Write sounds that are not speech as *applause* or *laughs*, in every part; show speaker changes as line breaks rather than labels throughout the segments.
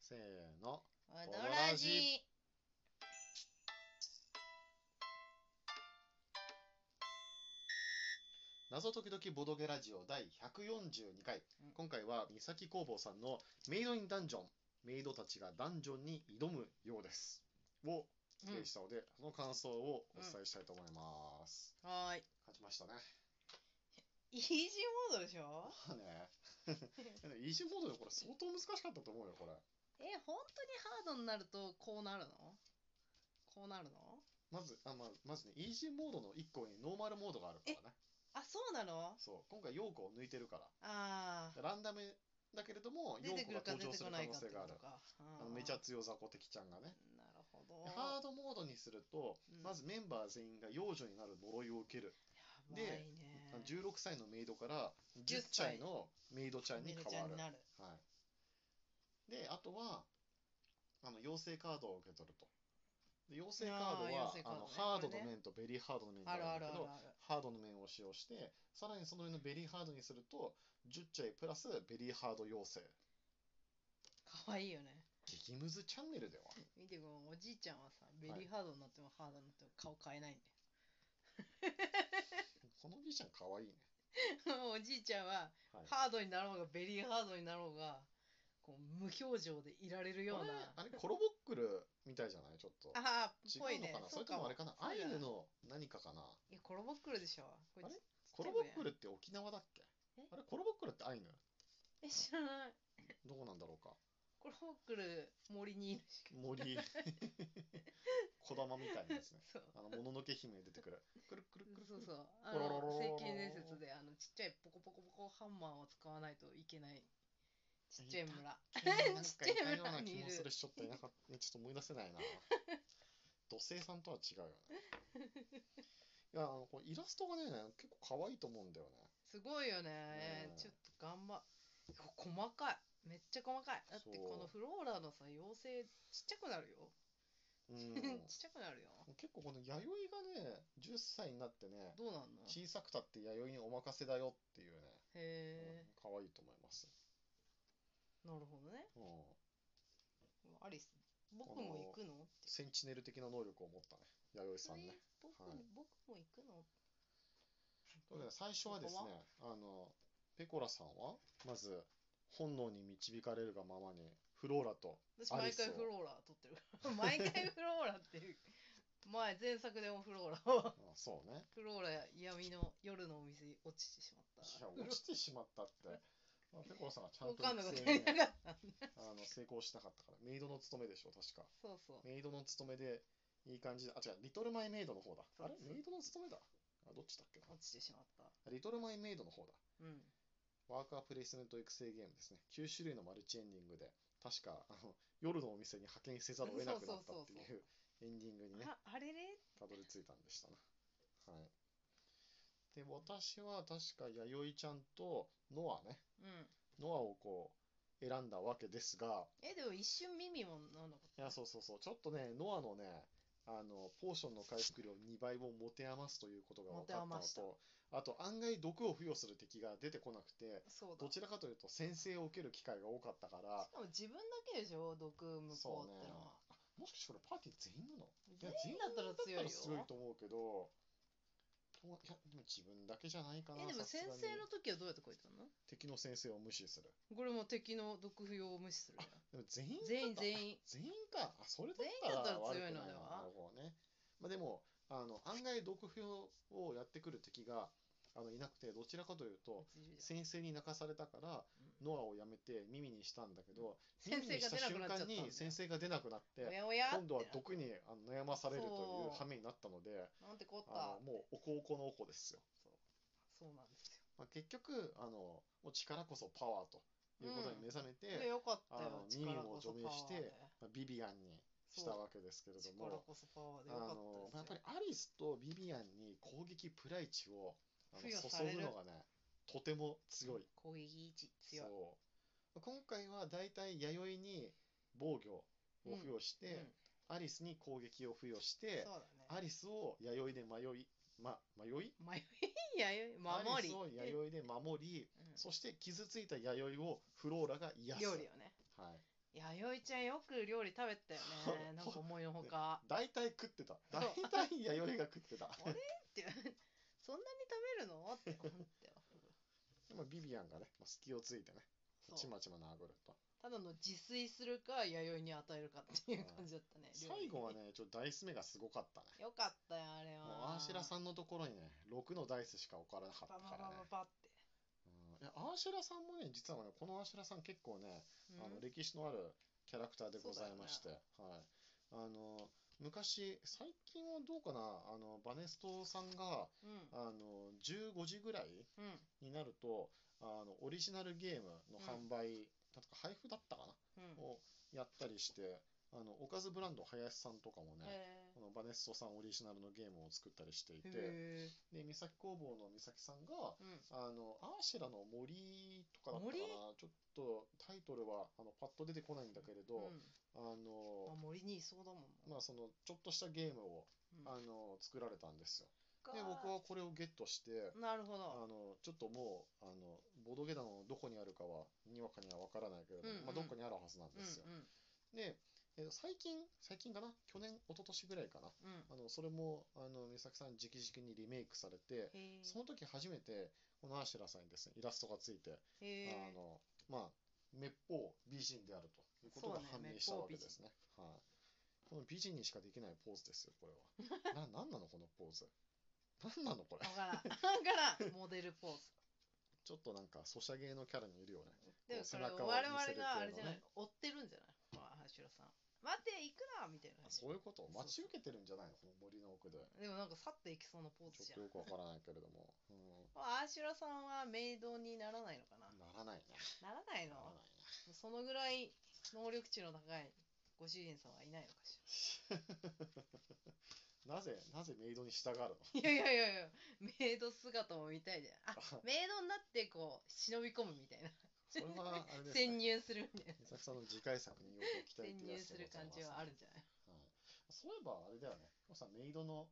せーの。
おどらじ。
謎時々ボドゲラジオ第142回、
うん
今回は三崎工房さんのメイドインダンジョンメイドたちがダンジョンに挑むようですを
う
提
ん
示し、たので、その感想をお伝えしたいと思います、
はーい。
勝ちましたね
イージーモードでしょ
まあね *laughs* イージーモードでこれ相当難しかったと思うよこれ
え、本当にハードになるとこうなるのこうなるの
まずあ、まあ、まずねイージーモードの1個にノーマルモードがあるからね
あ、そうなの
そう今回ヨーコを抜いてるから
ああ。
ランダムだけれども、
出
ヨ
て
ー
く
コ
る
が
か
登場
出て
す
こ
る可
ない
能
かって
性
こ
がある
と。か。
あのめちゃ強ザコ的ちゃんがね。
なるほど。
でハードモードにすると、
うん
まずメンバー全員が幼女になる呪いを受ける。
やばいね。
あの16歳のメイドから10
10
歳のメイドちゃんに
めち
変
ゃ
わ
に
る。
なる。
はい、で、あとは、あの妖精カードを受け取ると。で妖精カー
あー
ドは
妖精カ
あ
ード
の
ね
ハード
これ
の
ね
面とベリーハードの面が
ある
あ
あ
るん
る
だ
あ
け
る
ど、
ある。
ハードの面を使用して、さらにその上のベリーハードにすると、10チャイプラスベリーハード妖精。
かわいいよね。
激ムズチャンネルでは。
見てこのおじいちゃんはさ、ベリーハードになってもハードになっても顔変えないん
*laughs*
だよ。
このおじいちゃん可愛いね。
おじいちゃんは
はい。
ハードになろうがベリーハードになろうがこう無表情でいられるような
あれ、あれコロボックルみたいじゃないちょっと。
ああ
違
ぽいう
の
ね
かなそれともあれかな
そう
アイ
か
ヌの何かかない
やコロボックルでしょこいつ
あれコロボックルって沖縄だっけ
え
あれ、コロボックルってアイヌ
え知らない
どこなんだろうか
コロボックル森にいるし *laughs*
森。小玉みたいなですね。
そう
あの、もののけ姫に出てくる。くるくるくる。
そうそうあ
コロロロロ
の
ロ
聖剣伝説であのちっちゃいポコポコポコハンマーを使わないといけないちっちゃい村
なんかいたよう
ちっちゃい村
な
にい
気
る
もするし、ちょっとい
*laughs*
なかった。ちょっと思い出せないな。土星さんとは違うよね。
*laughs*
いや、あのこれイラストがね、結構可愛いと思うんだよね。
すごいよね
うん
ちょっと頑張いや細かいめっちゃ細かいだって
そう
このフローラのさ妖精ちっちゃくなるよ、
う
*laughs* ちっちゃくなるよ
ん、結構この弥生がね、10歳になってね、
どうなんの
小さくたって弥生にお任せだよっていうね、
へえ、
可愛いと思います。
なるほどね。
うん、
アリス、僕も行くのって。
センチネル的な能力を持ったね、弥生さんね。
えー僕
は
も、
い
僕も行くの
というわけで最初はですね
こ
あ
こ、
のペコラさんはまず本能に導かれるがままにフローラと
私
ア
毎
リスを
回フローラ撮ってるから。毎回フローラっていう。 *laughs* 前、前作でもフローラ *laughs* を。
あそうね。
フローラ闇の夜のお店に落ちてしまった。
いや落ちてしまったって。まあ、ペコラさんがちゃん
好
と
感度が
育
足
成
り
にね
なかった。
あの成功しなかったから、メイドの務めでしょ、確か。
そうそう。
メイドの務めでいい感じで、あ、違う、リトルマイメイドの方だ。あれ
そうそう
メイドの務めだ。あどっちだっけな
落ちてしまった。
リトルマイメイドの方だ。
うん。
ワーカープレイスメント育成ゲームですね。9種類のマルチエンディングで、確かあの夜のお店に派遣せざるを得なくなったって
そうそう
い
そう
エンディングにね。
あ、あれれ
たどり着いたんでしたね。はい。で、私は確か弥生ちゃんとノアね、
うん。
ノアをこう選んだわけですが、
え、でも一瞬耳もなんなかっ
いや、そうそうそう、ちょっとね、ノアのね、あのポーションの回復量2倍を持て余すということが分かった
持て
の
余した
と、あと案外毒を付与する敵が出てこなくて、
た。そうだ。
ど
し
ちらかというと先制を受ける機会が多かったから、
かも自分だけでしょ、毒向こ
そう
う
ね
ってのは。、
あもしかしてこれパーティー全員なのい
全
や
員だったら強いよ。
強いと思うけど、とはいやでも自分だけじゃないかな。
えでも
さす
先
がに
生の時はどうやって書いてたの
敵の先生を無視する。
これも敵の毒不要を無視するじゃん
でも全員
全員
だった
全員
全員か。あそれだったら悪
全
く
員
ない
だったら強いので
な。
は
なるほどね。まあでもあの案外毒不要をやってくる敵があのいなくてどちらかというと。先生に泣かされたから
う
ノアをやめて耳にしたんだけど、
先生
耳に
が
した
出なく
瞬
なっちゃ
間
ったんだよ
に先生が出なくなって
おやおや
今度は
ってな
毒にあの悩まされるという
そう
羽目になったので
なんてこっ
あ
た
のもうおこおこのおこですよ。
そうなんです
まあ、結局あのもう力こそパワーということに目覚め
よ
て、
でよかった
あの
よ力こそ
耳を除名
パワ
し
ー
て
で
まあ、ビビアンにした
そう
わけですけれど
力
も
こそパワーで
あ
よかっ
のまあや
た
っぱ
です
りアリスとビビアンに攻撃プライチをあの
付与され
注
る
ぐのがねとても強い。
攻撃一強い
そう今回はだいたい弥生に防御を付与して、
うん
アリスに攻撃を付与し
そう
て
だ
ア
ね
リスを弥生で迷い、ま、迷い
迷いやよ
ア
守
リス
り
を弥生で守り
うん
そして傷ついた弥生をフローラが癒す。
料理よね
はい。
弥生ちゃんよく料理食べてたよね。なんか思いのほか。
大体食ってた
そう
大体弥生が食ってた
あれって、 *laughs* そんなに食べるのって思ってよ。
でもビビアンがね、まあ、隙をついてねち
そう
まちま殴ると
ただの自炊するか、弥生に与えるかっていう感じだったね。料理
最後は。ねちょっとダイス目がすごかったね
よかったよ、あれ
も
は。
うアーシェラさんのところにね6のダイスしか置からなかった
パパ
か
パ
らね
パパって。
うんいやアーシェラさんもね実はねこのアーシェラさん結構ね、あの歴史のあるキャラクターでございまして、はいあの昔最近はどうかなあのバネストさんが
うん。うん
あの15時ぐらい
うん。
になるとあのオリジナルゲームの販売、だとか配布だったかな、
うん。
をやったりしてあのおかずブランド林さんとかもね、
へ
このバネストさんオリジナルのゲームを作ったりしてい
え。
てで
へえ。
三崎工房の三崎さんが
うん。
あのアーシェラの森とかだったかな
森
ちょっとタイトルはあのパッと出てこないんだけれど、
うん
あ
まあ
の
森にいそうだもん
ま
な。
あそのちょっとしたゲームを、
うん
あの作られたんですよ
か
で僕はこれをゲットして
なるほ
あの
ど。
ちょっともうあのボドゲダのどこにあるかはにわかには分からないけれども、ま
うんうん
あ、どっかにあるはずなん
うん
ですよ、で、えー最近、最近かな、去年、一昨年ぐらいかな、
うんうん。
あのそれもあの美咲さん直々にリメイクされて、
へえ。
その時初めて、このアシュラさんにですね、イラストがついて、
へえ。
あのまあ、滅法美人であるということが
そうね
判明したわけですね。はいこの美人にしかできないポーズですよ、これは。な、なんなの、このポーズ。なんなの、これ
わ。からん。わからん。モデルポー
ちょ
ズ。
っとなんか、ソシャゲのキャラにいるよね。
でもそれ
背中を
我々
見せ
が
るっていうのね
あれじゃない追ってるんじゃないほら、ハシロさん。待て、行くなみたいな
あ
感じ。
そういうこと
そうそ
待ち受
う
けてるんじゃないの、この森の奥で。
でもなんか去っていきそうなポー
ち
ズじ
ょっ
ゃ
とよくわか
ん。
らないけれども。うん
アーシュラさんはメイドにならないのかな
ならないね。
ならない
な
の
らないね。
そのぐらい能力値の高いご主人さんはいないのかし
なぜ、なぜメイドに従うの
ら。いやいやいやいや、メイド姿も見たいじ
*laughs*
ゃん。あメイドになってこう、忍び込むみたいな。
それは、あれです
潜
ね。
入するみたいな。
美咲さんの次回作によく期待
潜入する感じはあるんじゃない
はい、そういえば、あれだよね。でもさ、メイドの、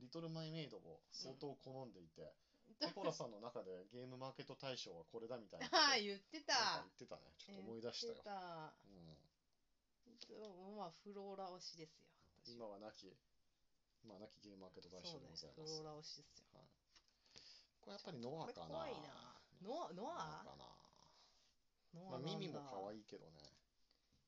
リトルマイメイドを相当好んでいて、
うん
ニコラさんの中でゲームマーケット大賞はこれだみたいなこと。
*laughs* ああ、言って
なん
た
か。言ってたね。ちょっと思い出した
言っ
よ
て。た。
うん、
でもまあ、フローラ推しですよ。私
今は亡き、まあ、亡きゲームマーケット大
そ
賞
う
で
ね
ござい、
フ
ま
ロ
す。
ーラ推しですよ。
これやっぱりノアかな。
これ怖いな。ノア、ノア
ノアかな。
ノア
まあ、耳も可
い
愛いけどね。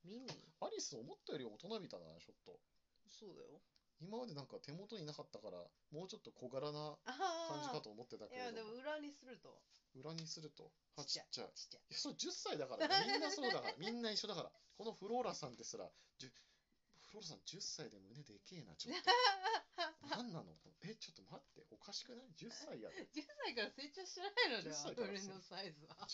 い。耳
アリス思ったより大人びたな、ちょっと。
そうだよ。
今までなんか手元になかったから、もうちょっと小柄な
あ
感じか
あ。
と思ってたけ
いや、
れ
で
ど
も
も、
裏にすると、
裏にすると、あ、
ち
ち
っ
っ
ち
ちゃい。い
ちっちゃい。
や、そう10歳だから、みんなそうだから、みんな一緒だから。このフローラさんですら、じゅフローラさん10歳で胸でけえな、ちょっと。なんなのえ、ちょっと待って、おかしくない ?10 歳やで。
10歳から成長しないの
10
では
歳から
俺のサイズは。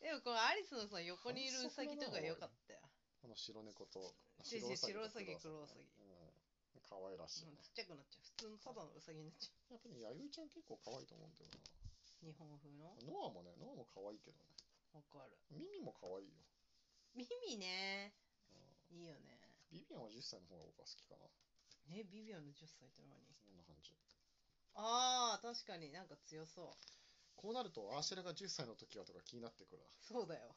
でもこのアリスのさ、横にいるウサギとか良かったよ。
この白猫と、
違う違う白ウサギ
と黒ウサ
黒ウサ
ギ
ギ
ね。うん。可愛らしい
うん
ね。
ちっちゃくなっちゃう。普通のただのウサギになっちゃ
やっぱり、ね、弥生ちゃん結構可愛いと思うんだよな。
う。日本風の
ノアもね、ノアも可愛いけどね。
わかる。
ミミも可愛いよ。
耳ね。
うん
いいよね。
ビビアンは10歳の方が僕は好きかな。
ね、ビビアンの10歳って何
そんな感じ。
ああ、確かになんか強そう。
こうなると、アーシェラが10歳の時はとか気になってくるな。
そうだよ。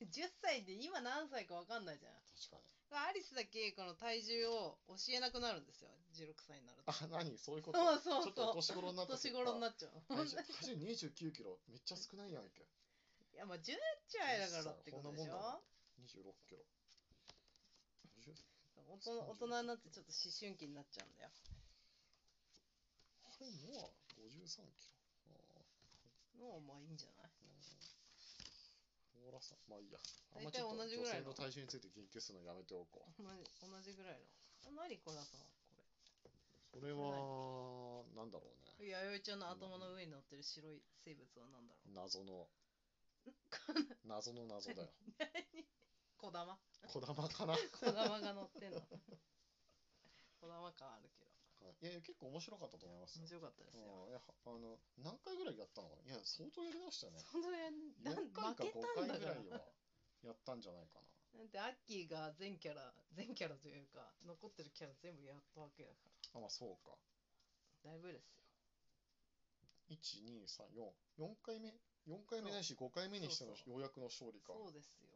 うん、
10歳で今何歳かわかんないじゃん。
確かに。
アリスだけこの体重を教えなくなるんですよ。16歳になると。
あ、何そういうこと
そうそう *laughs* そう
ちょっとお年頃になった
年頃にな
っ
っちゃう。
た。体重体重29キロ、めっちゃ少ないやんけ。
いや、まあ10歳だからってことでし
こんなもんだもん
ょ
26キロ。50
大人大人になってちょっと思春期になっちゃうんだよ。
あれ、ノア53キロ。あ
もうまあいいんじゃない
ーうんフローラさん、まあいいや。あん
大
ま
体
ちょっと
同じぐらいの
女性の体重について言及するのやめておこう。
同じ同じぐらいの。何これさん、こ
それは、なんだろう
れ。弥生ちゃんの頭の上に乗ってる白い生物は何だろう
ね。謎
*laughs*
の、
この
謎の謎だよ。
小玉
こだまかな。
小玉が乗ってんの。 *laughs* 小玉感あるけど。
いやいや、結構面白かったと思いますよ
面。白かったですよ。
うんいやあの何回ぐらいやったのかないや、相当やりましたよね。
そんなやなん
4回か
負け
5
たん
回
だ
ぐ
から
らいはやったんじゃないかな。
なんてアッキーが全キャラ全キャラというか残ってるキャラ全部やったわけだか
あ、まあそうか。
らだいぶですよ
1、2、3、4。4回目 ?4 回目ないし5回目にしての
そうそ
ようやくの勝利か。
そうですよ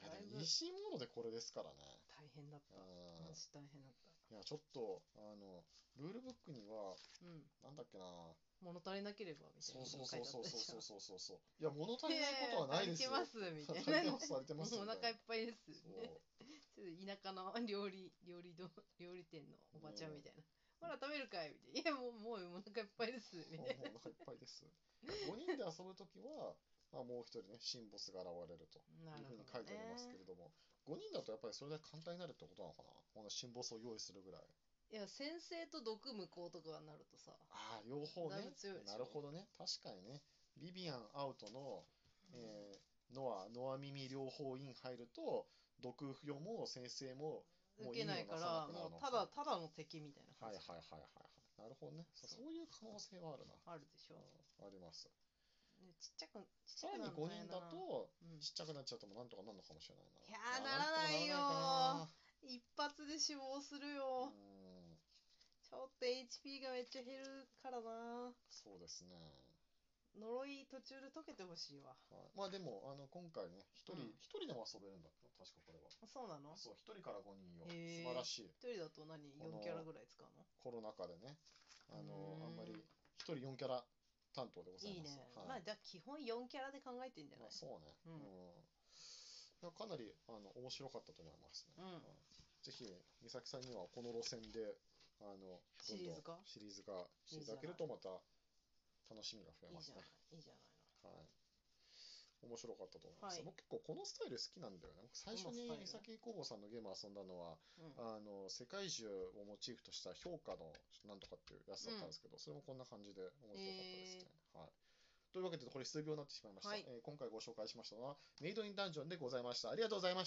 いや
だい
で
ぶ
も西モードでこれですからね。
大変だった
うん
マジ大変だった
いや、ちょっと、あの、ルールブックには、
うん
なんだっけな、
物足りなければみたい
そ
な
うそう
の
そ
書いうてあ
そ
っ
う
た
そうそうそ
じゃん
うそうそう。いや、物足りないことはないですよ。
えー足りてますみたい
足り
な
ないことされてます
お *laughs*
よね
腹いっぱいですね
そう
ちょっと田舎の料理料理ど料理店のおばちゃんみたいな「ほら食べるかい」みたいな「いやもうもうお腹いっぱいです」み
も
たい
も
う
うお腹いっぱいです。5人で遊ぶときは、まあ、もう一人ね、新ボスが現れると
なな
いう
る
ふうに書
ほ
い
ど
てありますけ
ね
れども、5人だとやっぱりそれだけ簡単になるってことなのかな、この新ボスを用意するぐらい。
いや先生と毒向こうとかになるとさ
ああ、両方
だい
ね
ぶ強いでしょ
なるほどね、確かにね、ビビアンアウトの、えーノア、ノア耳両方イン入ると、毒不良も先生も、
うん
もう
受けないから
意味をなさなくなるの
もうただただの敵みたいな
はい
感
はい
じ
はいはいはい、なるほどね、そそういう可能性はあるな、
あるでしょ
あります。
ねちっちゃくちっち
さ
ゃ
ら
く
に5人
なるの大変
だ
な
と、
うん
ちっちゃくなっちゃってもなんとかなるのかもしれないな。
いやーならないよー一発で死亡する
うーん
よちょっと HP がめっちゃ減るからな
そうですね。
呪い途中で解けてほしい
は
わ
い、まあでも、あの今回ね、一
う
人
ん、
一、人でも遊べるんだった確かこれは。
あそうなの
そう、一人から5人よ。素
へー
晴らしい。
一人だと何
この
4キャラぐらい使うの
コロナ禍でね、あの
うー
あ
ん
んまり一人4キャラ担当でござい
いい
ます。
ね、
はい
まあじゃあ基本4キャラで考えてんじゃ
ま
ない
あ、そうね。
うん
うんいやかなりあの面白かったと思いますね。
うん
ぜひ、美咲さんにはこの路線で、あの、どんどん
シリーズ化
シリーズ化していただけると、また楽しみが増え
いい
ます
じゃ
ね
な。いいいじゃない
はい。面白かったと思います。
はい
僕結構このスタイル好きなんだよね。僕最初に
どの
美
スタイ
咲工房さんのゲーム遊んだのは、あの、
の、うん、
世界中をモチーフとした評価のなんとかっていうやつだったんですけど、それもこんな感じで面白かったですね。はい。というわけで、これ数秒になってしまいました。
はい
えー今回ご紹介しましたのは、メイドインダンジョンでございました。ありがとうございました。